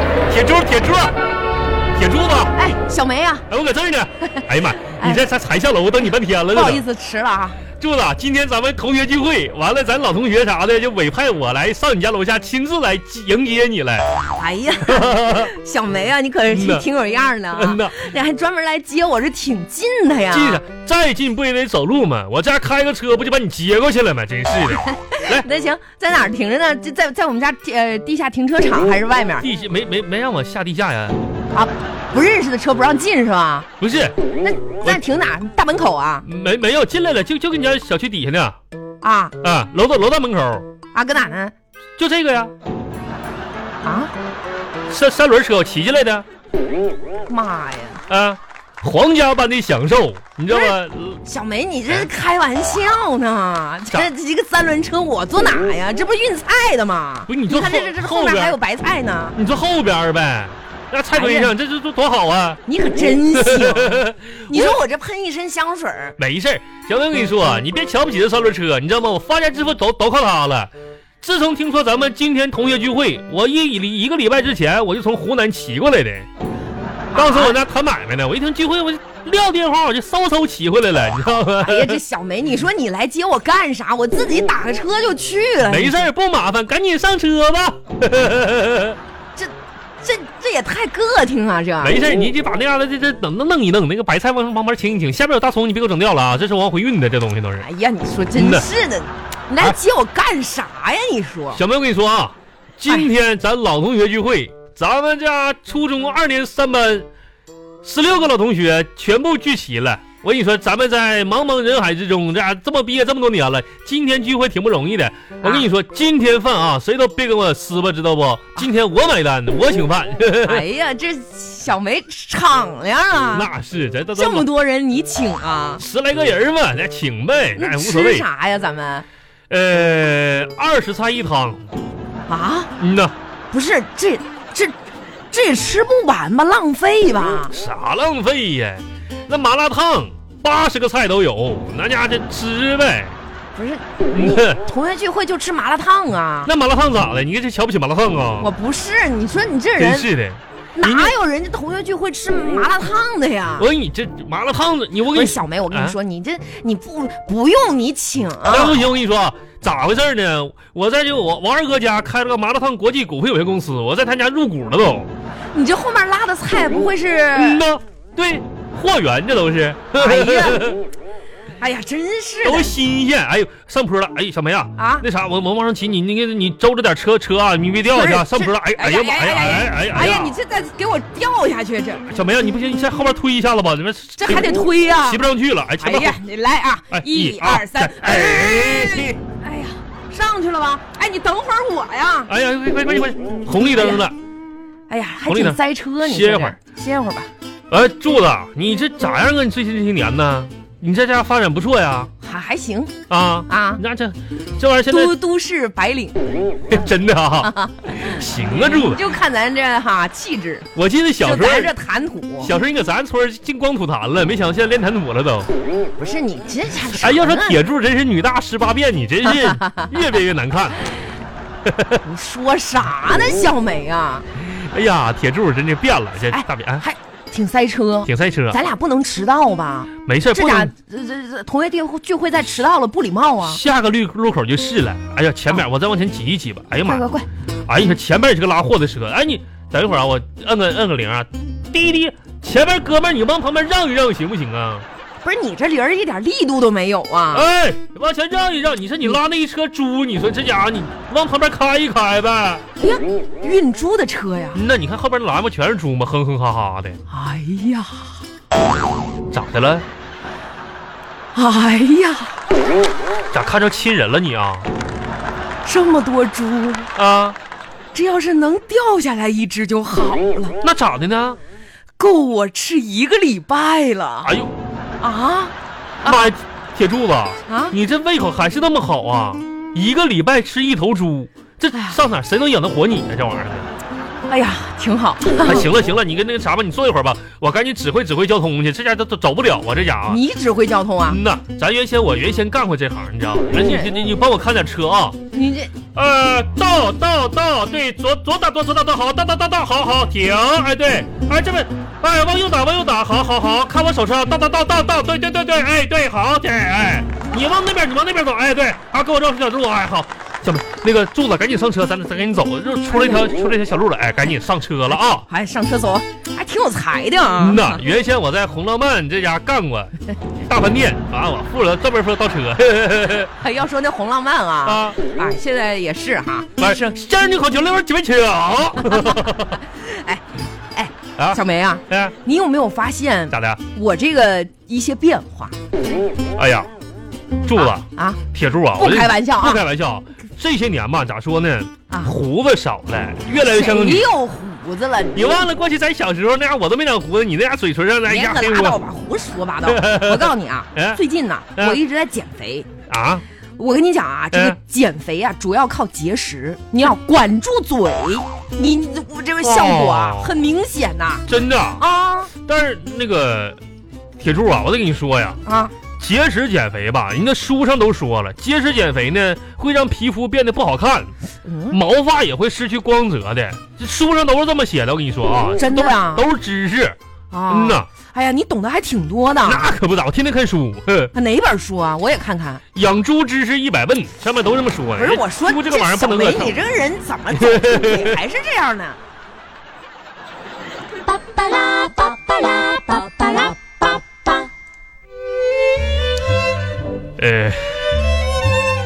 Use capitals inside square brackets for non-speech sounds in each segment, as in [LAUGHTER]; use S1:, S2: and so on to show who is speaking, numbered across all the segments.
S1: 哥，铁柱子，
S2: 哎，小梅啊，
S1: 哎，我搁这
S2: [LAUGHS]
S1: 儿呢。哎呀妈，你这才才下楼，我等你半天了。
S2: 不好
S1: 这都
S2: 意思，迟了啊。
S1: 柱子，今天咱们同学聚会，完了咱老同学啥的就委派我来上你家楼下亲自来迎接你来。[LAUGHS]
S2: 哎呀，小梅啊，你可是
S1: 嗯
S2: 挺
S1: 呐
S2: 挺有
S1: [LAUGHS]
S2: 样儿的啊
S1: 嗯呐，
S2: 你还专门来接我，是挺近的呀。
S1: 近啊，再近不也得走路吗？我这开个车不就把你接过去了吗？真是的，
S2: [LAUGHS] 那行，在哪儿停着呢？就在在我们家地呃地下停车
S1: 哎
S2: 场还是外面
S1: 地下没没没让我下地下呀？
S2: 啊？不认识的车不让进是吧？
S1: 不是，
S2: 那那停哪儿？大门口啊？
S1: 没没有进来了，就就跟你家小区底下呢，
S2: 啊
S1: 啊，楼道楼道门口，
S2: 啊，搁哪呢？
S1: 就这个呀，
S2: 啊，
S1: 三三轮车我骑进来的
S2: 妈呀！
S1: 啊，皇家般的享受，你知道
S2: 哎
S1: 吧？
S2: 小梅，你这是开玩笑呢？
S1: 咋
S2: 这这一个三轮车我坐哪呀？这不是运菜的吗？
S1: 不是你坐
S2: 看这这这
S1: 后
S2: 后面
S1: 边
S2: 还有哎白菜呢，
S1: 你坐后边儿呗，那菜堆上，这这这多好啊！
S2: 你可真行！你说我这喷一身香水儿，
S1: [LAUGHS] 没事儿，小东，我跟你
S2: 哎
S1: 说啊，你别瞧不起这三轮车，你知道吗？我发家致富都都靠它了。自从听说咱们今天同学聚会，我一一个礼拜之前我就从湖南骑过来的。当时我那谈买卖呢，我一听聚会，我就撂电话，我就嗖嗖骑回来了，你知道吗
S2: [LAUGHS] 哎？呀，这小梅，你说你来接我干啥？我自己打个车就去了。
S1: 没事儿，不麻烦，赶紧上车吧。
S2: 这这这也太个挺啊！这
S1: 没事儿，你就把那样的这这弄弄弄一弄，那个白菜往旁边清一清，下边有大葱，你别给我整掉了啊！这是往回运的，这东西都是。
S2: 哎呀，你说真是的，你来接我干啥呀？
S1: [LAUGHS]
S2: 你说
S1: 小妹，我跟你说啊，
S2: 哎
S1: 今天咱老同学聚会，咱们家初中二年三班十六个老同学全部聚齐了。我跟你说，咱们在茫茫人海之中，这家这么毕业这么多年了，今天聚会挺不容易的。我跟你说，今天饭啊，谁都别跟我撕吧，知道不？今天我买单，我请饭。
S2: 啊哎呀，这小梅敞亮啊！
S1: [LAUGHS] 那是，咱都
S2: 这么多人你请啊？
S1: 十来个人嘛，那请呗，那
S2: 那
S1: 也无所
S2: 吃
S1: 谓。
S2: 啥呀？咱们
S1: 呃，二十菜一汤，
S2: 啊，
S1: 嗯呐。
S2: 不是这这这也吃不完吧？浪费吧？
S1: 啥浪费呀？那麻辣烫八十个菜都有，那家伙这吃呗。
S2: 不是
S1: 嗯
S2: 同学聚会就吃麻辣烫啊？
S1: [LAUGHS] 那麻辣烫咋的？你看这瞧不起麻辣烫啊？
S2: 我不是，你说你这
S1: 真
S2: 人
S1: 是的，
S2: 哪有人家同学聚会吃麻辣烫的呀？
S1: 我说你这麻辣烫子，你我
S2: 不
S1: 给
S2: 是
S1: 你
S2: 小梅，我跟你
S1: 啊
S2: 说，你这你不不用你请
S1: 那不
S2: 啊，
S1: 行，我跟你说啊，咋回事呢？我在这我我二哥家开了个麻辣烫国际股份有限公司，我在他家入股了都。
S2: 你这后面拉的菜不会是？
S1: 嗯呐，对，货源这都是，
S2: 哎
S1: [LAUGHS]
S2: 呀哎呀，真是
S1: 都
S2: 的
S1: 新鲜。哎呦，上坡了，哎，小梅啊，
S2: 啊！
S1: 那啥，我我往上骑，你那个你周着点车车啊，你别掉
S2: 不是
S1: 下，上坡了，哎
S2: 这
S1: 哎呀妈哎呀哎呀哎呀
S2: 哎呀，你这再给我掉下去，这
S1: 小梅啊，你不行，你在后边推一下子吧，你们
S2: 这还得推呀
S1: 骑！不上去了，哎，前
S2: 哎
S1: 面
S2: 呀，你来啊
S1: 哎，
S2: 一二三，哎
S1: 哎，
S2: 哎呀，上去了吧？哎，你等会儿我呀！
S1: 哎呀，快快快快，红绿灯了，
S2: 哎呀，还
S1: 红绿
S2: 挺
S1: 灯
S2: 塞车，你
S1: 歇
S2: 说
S1: 会
S2: 这
S1: 儿，
S2: 歇会儿吧。
S1: 哎，柱子，你这咋样啊？你最近这些年呢？你在家发展不错呀，
S2: 还还行
S1: 啊，
S2: 啊
S1: 你，看这这玩意儿现
S2: 都都市白领，
S1: 在 [LAUGHS] 真的
S2: [LAUGHS]
S1: 啊，行啊，柱子，
S2: 就看咱这哈气质，
S1: 我记得小
S2: 就
S1: 时候。
S2: 咱这谈吐。
S1: 小时候你搁咱村儿进光土坛了，没想到现在练谈吐了都。
S2: 不是你这啥？
S1: 哎，要说铁柱真是女大十八变，你真
S2: [LAUGHS]
S1: 是越变越难看。
S2: 你说啥呢，小梅啊？
S1: 哎呀，铁柱真就变了，这
S2: 哎
S1: 大扁、哎、
S2: 还挺塞车，
S1: 挺塞车，
S2: 咱俩不能迟到吧？
S1: 没事儿，
S2: 这
S1: 不
S2: 俩
S1: 能
S2: 这这这同学聚会聚会再迟到了不礼貌啊！
S1: 下个绿路口就是了。哎呀，前面我再往前挤一挤吧。哎呀妈
S2: 快
S1: 呀
S2: 快！快！
S1: 哎呀，前面是个拉货的车。哎，你等一会儿啊，我摁个摁个铃啊，滴滴。前面哥们儿，你往旁边让一让行不行啊？
S2: 不是你这铃儿一点力度都没有啊？
S1: 哎，往前让一让。你说你拉那一车猪，你说这家伙你往旁边开一开呗。
S2: 哎呀，运猪的车呀！
S1: 那你看后边栏目全是猪嘛，哼哼哈哈的，
S2: 哎呀，
S1: 咋的了？
S2: 哎呀，
S1: 咋看着亲人了你啊？
S2: 这么多猪，
S1: 啊，
S2: 这要是能掉下来一只就好了，
S1: 那咋的呢？
S2: 够我吃一个礼拜了
S1: 哎呦，
S2: 啊！
S1: 妈呀，铁柱子
S2: 啊
S1: 你这胃口还是那么好啊！一个礼拜吃一头猪，这
S2: 哎呀
S1: 上哪儿谁能养得活你啊？这玩意儿呢？
S2: 哎呀，挺好。
S1: 哎，行了行了，你跟那个啥吧，你坐一会儿吧，我赶紧指挥指挥交通去，这家都都走不了啊，这家啊。
S2: [LAUGHS] 你指挥交通啊？
S1: 嗯呐，咱原先我原先干过这行，你知道吗？人家你你你帮我看点车啊。
S2: 你这
S1: 呃，到到到，对，左左打左左打左，好，到到到到，好好停，哎对，哎这边，哎往右打往右打，好好好，看我手上，到到到到到，对对对对，哎对，好对，哎，你往那边你往那边走，哎对，啊给我绕小路，哎好，小妹那个柱子赶紧上车，咱咱赶紧走，就出了一条出了一条小路了，哎赶紧上车了啊。
S2: 哎上车走，还挺有才的啊
S1: 嗯。呐，原先我在红浪漫这家干过大饭店，啊，我负责专门负责倒车，嘿嘿嘿
S2: 哎要说那红浪漫啊，
S1: 啊，
S2: 哎现在也是哈。
S1: 完事，家人你好，请那边几位请啊，啊
S2: 小梅啊，
S1: 哎，
S2: 你有没有发现
S1: 咋的？
S2: 我这个一些变化？
S1: 哎呀，柱子，
S2: 啊，
S1: 铁柱啊，
S2: 不
S1: 我这
S2: 开玩笑
S1: 不
S2: 啊
S1: 开玩笑，这些年吧，咋说呢，
S2: 啊！哎
S1: 胡子少了，越来越像个
S2: 谁
S1: 女。
S2: 有胡子了？
S1: 你忘了过去咱小时候那样，我都没长胡子，你那样嘴唇上那
S2: 别
S1: 压
S2: 可
S1: 黑
S2: 拉倒
S1: 我
S2: 吧，胡说八道！我告诉你
S1: [LAUGHS]
S2: 啊
S1: 哎，
S2: 最近呢，
S1: 哎
S2: 我一直在减肥。
S1: 啊？
S2: 我跟你讲啊，这个
S1: 哎
S2: 减肥啊，主要靠节食，你要管住嘴，你你我这个效果啊
S1: 哦
S2: 很明显呐！
S1: 真的啊，
S2: 啊
S1: 但是那个铁柱啊，我得跟你说呀，
S2: 啊，
S1: 节食减肥吧，人家书上都说了，节食减肥呢会让皮肤变得不好看，
S2: 嗯，
S1: 毛发也会失去光泽的，这书上都是这么写的。我跟你说啊，
S2: 真的啊
S1: 都是都是知识。嗯
S2: 啊，
S1: 呐，
S2: 哎呀，你懂得还挺多的。
S1: 那可不咋，我天天看书，哼，
S2: 哪本书啊？我也看看。
S1: 养猪知识一百问，上面都这么说
S2: 不
S1: 的。
S2: 是我说，
S1: 猪这个玩意儿不
S2: 小
S1: 能
S2: 梅
S1: 乱，
S2: 你
S1: 看。
S2: 这个人怎
S1: [LAUGHS]
S2: 么总是还是这样呢？
S3: 巴巴拉巴巴拉巴巴拉巴巴，
S1: 呃，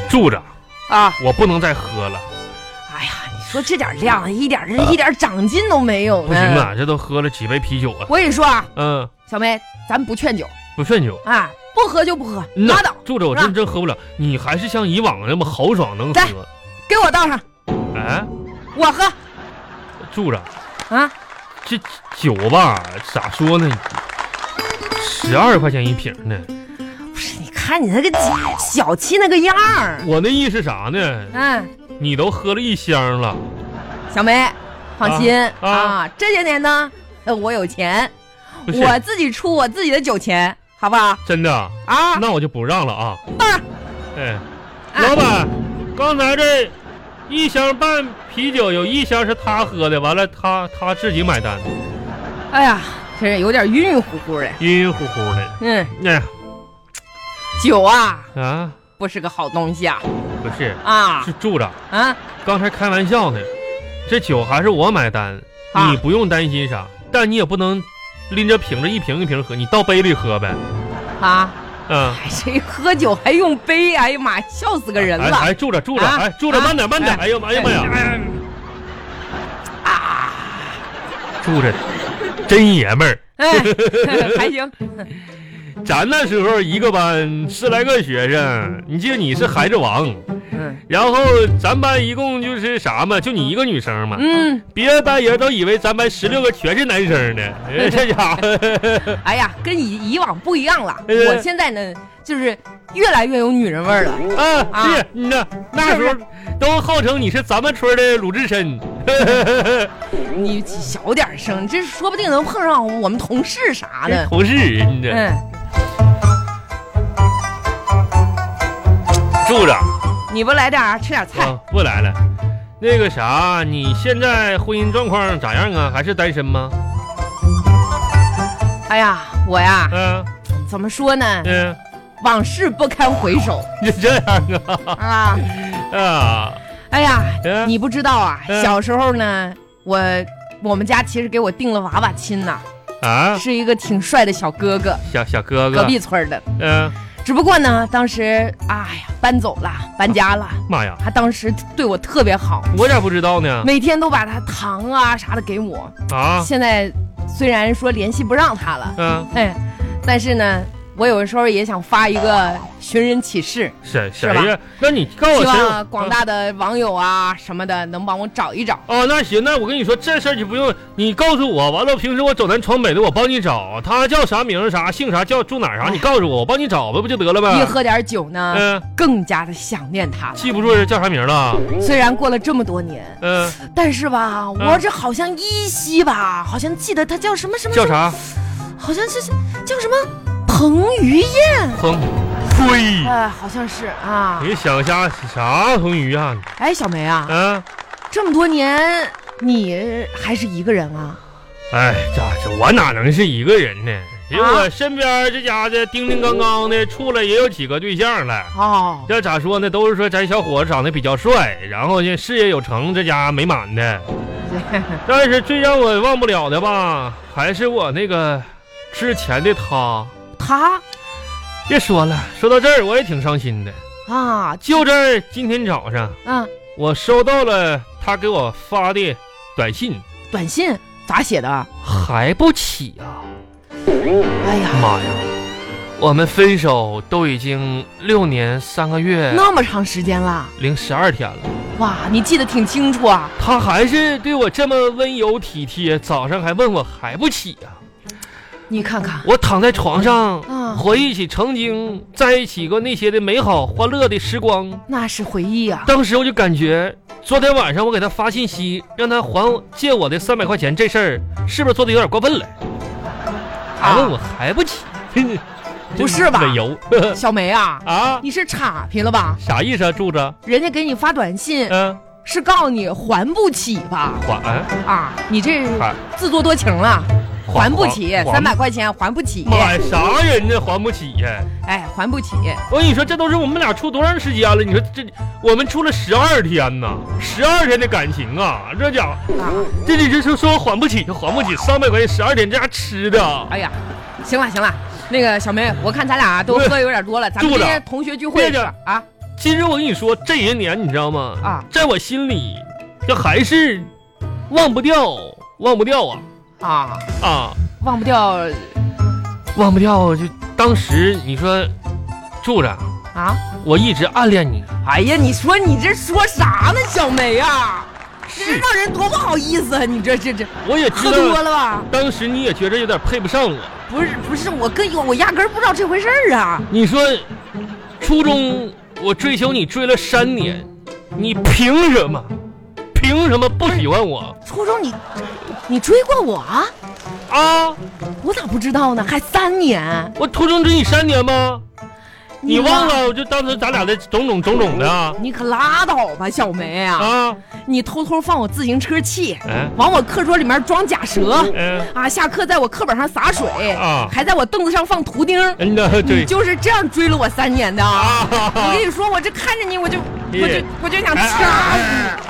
S1: 住着，
S2: 啊，
S1: 我不能再喝了，
S2: 哎呀，你说这点量，一点一点长进都没有
S1: 啊不
S2: 呢。
S1: 行啊，这都喝了几杯啤酒啊。
S2: 我跟你说啊，
S1: 嗯，
S2: 小梅，咱不劝酒
S1: 不劝酒。
S2: 啊，不喝就不喝，
S1: 嗯呐
S2: 拉倒，
S1: 住着，我
S2: 是吧
S1: 真真喝不了。你还是像以往那么豪爽能
S2: 来
S1: 喝。
S2: 给我倒上，
S1: 哎，
S2: 我喝
S1: 住着。
S2: 啊。
S1: 这酒吧咋说呢？十二块钱一瓶呢。
S2: 不是，你看你那个小气那个样儿，
S1: 我那意思啥呢？
S2: 嗯，
S1: 你都喝了一箱了，
S2: 小梅，放心
S1: 啊啊
S2: 啊，这些年呢， [LAUGHS] 呃我有钱，
S1: 不是
S2: 我自己出我自己的酒钱，好不好？
S1: 真的？
S2: 啊，
S1: 那我就不让了啊。
S2: 倒上，
S1: 哎，
S2: 哎
S1: 老板，刚才这一箱半啤酒有一箱是他喝的，完了他他自己买单的，
S2: 哎呀，真是有点晕晕乎乎的。
S1: 晕晕乎乎的。
S2: 嗯，
S1: 那、
S2: 酒啊，
S1: 啊，
S2: 不是个好东西啊
S1: 不是，
S2: 啊
S1: 是住着。
S2: 啊！
S1: 刚才开玩笑呢，这酒还是我买单，
S2: 啊
S1: 你不用担心啥，但你也不能拎着瓶子一瓶一瓶喝，你倒杯里喝呗。
S2: 啊，
S1: 嗯，
S2: 哎谁喝酒还用杯？哎呀妈，笑死个人
S1: 哎
S2: 了！
S1: 哎，住着住着，
S2: 啊
S1: 哎住着，
S2: 啊
S1: 慢点慢点，
S2: 哎
S1: 哎呦哎呀妈呀，
S2: 哎啊，
S1: 住着，真爷们儿。
S2: 哎，还行，
S1: 咱那时候一个班十来个学生，你记得你是孩子王，
S2: 嗯
S1: 然后咱班一共就是啥嘛，就你一个女生嘛，
S2: 嗯，
S1: 别的班人都以为咱班十六个全是男生
S2: [LAUGHS]
S1: 呢，哎这家伙
S2: 哎呀，跟以以往不一样了。
S1: 哎
S2: 我现在呢，就是越来越有女人味儿了。
S1: 啊，
S2: 啊
S1: 是你那那时候都号称你是咱们村的鲁智深，
S2: 你小点声，这说不定能碰上我们同事啥
S1: [LAUGHS]
S2: 的。
S1: 同事，你这
S2: 嗯，
S1: 住着
S2: 你不来点儿吃点儿菜？
S1: 啊，不来了。那个啥，你现在婚姻状况咋样啊？还是单身吗？
S2: 哎呀，我呀，
S1: 嗯
S2: 怎么说呢？
S1: 嗯， [LAUGHS]
S2: 往事不堪回首
S1: 你这样啊
S2: 啊！
S1: 啊
S2: 哎呀，
S1: 嗯
S2: 你不知道啊，
S1: 嗯
S2: 小时候呢，我我们家其实给我定了娃娃亲呐、
S1: 啊！
S2: 是一个挺帅的小哥哥，
S1: 小小哥哥，
S2: 隔壁村儿的。
S1: 嗯，
S2: 只不过呢，当时哎呀搬走了，搬家了，
S1: 妈呀，
S2: 他当时对我特别好，
S1: 我咋不知道呢？
S2: 每天都把他糖啊啥的给我。
S1: 啊，
S2: 现在虽然说联系不上他了，
S1: 嗯、
S2: 哎，但是呢，我有时候也想发一个寻人启事，
S1: 谁谁
S2: 吧
S1: 呀？那你告诉我
S2: 希
S1: 谁？
S2: 望广大的网友啊什么的能帮我找一找。
S1: 哦，那行，那我跟你说这事儿就不用你告诉我。完了，平时我走南闯北的，我帮你找，他叫啥名儿啥姓啥叫住哪儿啥，
S2: 哎
S1: 你告诉我，我帮你找呗，不就得了
S2: 一
S1: 呗？
S2: 喝点酒呢，
S1: 嗯、
S2: 更加的想念他了。
S1: 记不住人叫啥名儿了？
S2: 虽然过了这么多年，
S1: 嗯、
S2: 但是吧，我这好像依稀吧，好像记得他叫什么什么，
S1: 叫？
S2: [LAUGHS]
S1: 啥？
S2: 好像是是叫什么彭于晏，
S1: 彭飞。
S2: 哎，好像是啊。
S1: 你想啥啥彭于啊？
S2: 哎，小梅啊，
S1: 啊，
S2: 这么多年你还是一个人啊？
S1: 哎，咋这我哪能是一个人呢？因为
S2: 啊
S1: 我身边这家的叮叮当当的，处了也有几个对象了。
S2: 哦，
S1: 这咋说呢？都是说咱小伙子长得比较帅，然后呢事业有成，这家美满 [LAUGHS] 的。但是最让我忘不了的吧，还是我那个之前的他。
S2: 他
S1: 别说了，说到这儿我也挺伤心的。
S2: 啊，
S1: 就这今天早上，
S2: 嗯，
S1: 我收到了他给我发的短信，
S2: 短信咋写的？
S1: 还不起啊！
S2: 哎呀，
S1: 妈呀，我们分手都已经六年三个月
S2: 那么长时间了，
S1: 零十二天了。
S2: 哇，你记得挺清楚啊。
S1: 他还是对我这么温柔体贴，早上还问我还不起呀、
S2: 你看看，
S1: 我躺在床上，
S2: 啊
S1: 回忆起曾经在一起过那些的美好欢乐的时光。
S2: 那是回忆啊。
S1: 当时我就感觉，昨天晚上我给他发信息，让他还我借我的三百块钱这事儿，是不是做的有点过分了？还问我还不起，
S2: 啊 [LAUGHS] 不是吧
S1: 真 [LAUGHS] 没油
S2: 小梅啊，
S1: 啊？
S2: 你是差评了吧？
S1: 啥意思啊，柱子？
S2: 人家给你发短信
S1: 嗯、
S2: 是告你还不起吧？
S1: 还
S2: 啊，你这
S1: 还
S2: 自作多情了，还不起
S1: 还
S2: 三百块钱，还不起，
S1: 妈呀，啥人呢？还不起呀、
S2: 哎，还不起。
S1: 我跟你说，这都是我们俩处多长时间了？你说这我们处了十二天呐，十二天的感情啊，这家伙，
S2: 啊，
S1: 这你这说说还不起就还不起，三百块钱十二天，这家吃的，
S2: 哎呀，行了行了，那个小梅，我看咱俩都喝有点多了，咱们
S1: 住
S2: 今
S1: 着
S2: 天同学聚会
S1: 别
S2: 是
S1: 着
S2: 吧？啊
S1: 其实我跟你说，这些年你知道吗？
S2: 啊
S1: 在我心里，这还是忘不掉，忘不掉啊
S2: 啊，
S1: 啊，
S2: 忘不掉
S1: 忘不掉就当时你说，柱子，
S2: 啊！
S1: 我一直暗恋你，
S2: 哎呀，你说你这说啥呢，小梅啊？这
S1: 是，
S2: 让人多不好意思啊！你这这这
S1: 我也知
S2: 喝多
S1: 道，
S2: 了吧？
S1: 当时你也觉着有点配不上我。
S2: 不是不是，我跟我压根儿不知道这回事儿啊！
S1: 你说，初中我追求你追了三年，你凭什么？凭什么不喜欢我
S2: 初中你你追过我啊？
S1: 啊？
S2: 我咋不知道呢？还三年，
S1: 我初中追你三年吗？你忘
S2: 啊？
S1: 了？我就当时咱俩的种种种种的啊
S2: 你可拉倒吧，小梅啊！
S1: 啊！
S2: 你偷偷放我自行车气，
S1: 哎
S2: 往我课桌里面装假蛇，
S1: 哎
S2: 啊，下课在我课本上洒水，
S1: 啊
S2: 还在我凳子上放图钉，
S1: 哎，那
S2: 你
S1: 对
S2: 就是这样追了我三年的。
S1: 啊！
S2: 我跟你说，我这看着你，我就我
S1: 你
S2: 就我就想
S1: 哎哎
S2: 掐
S1: 哎
S2: 你。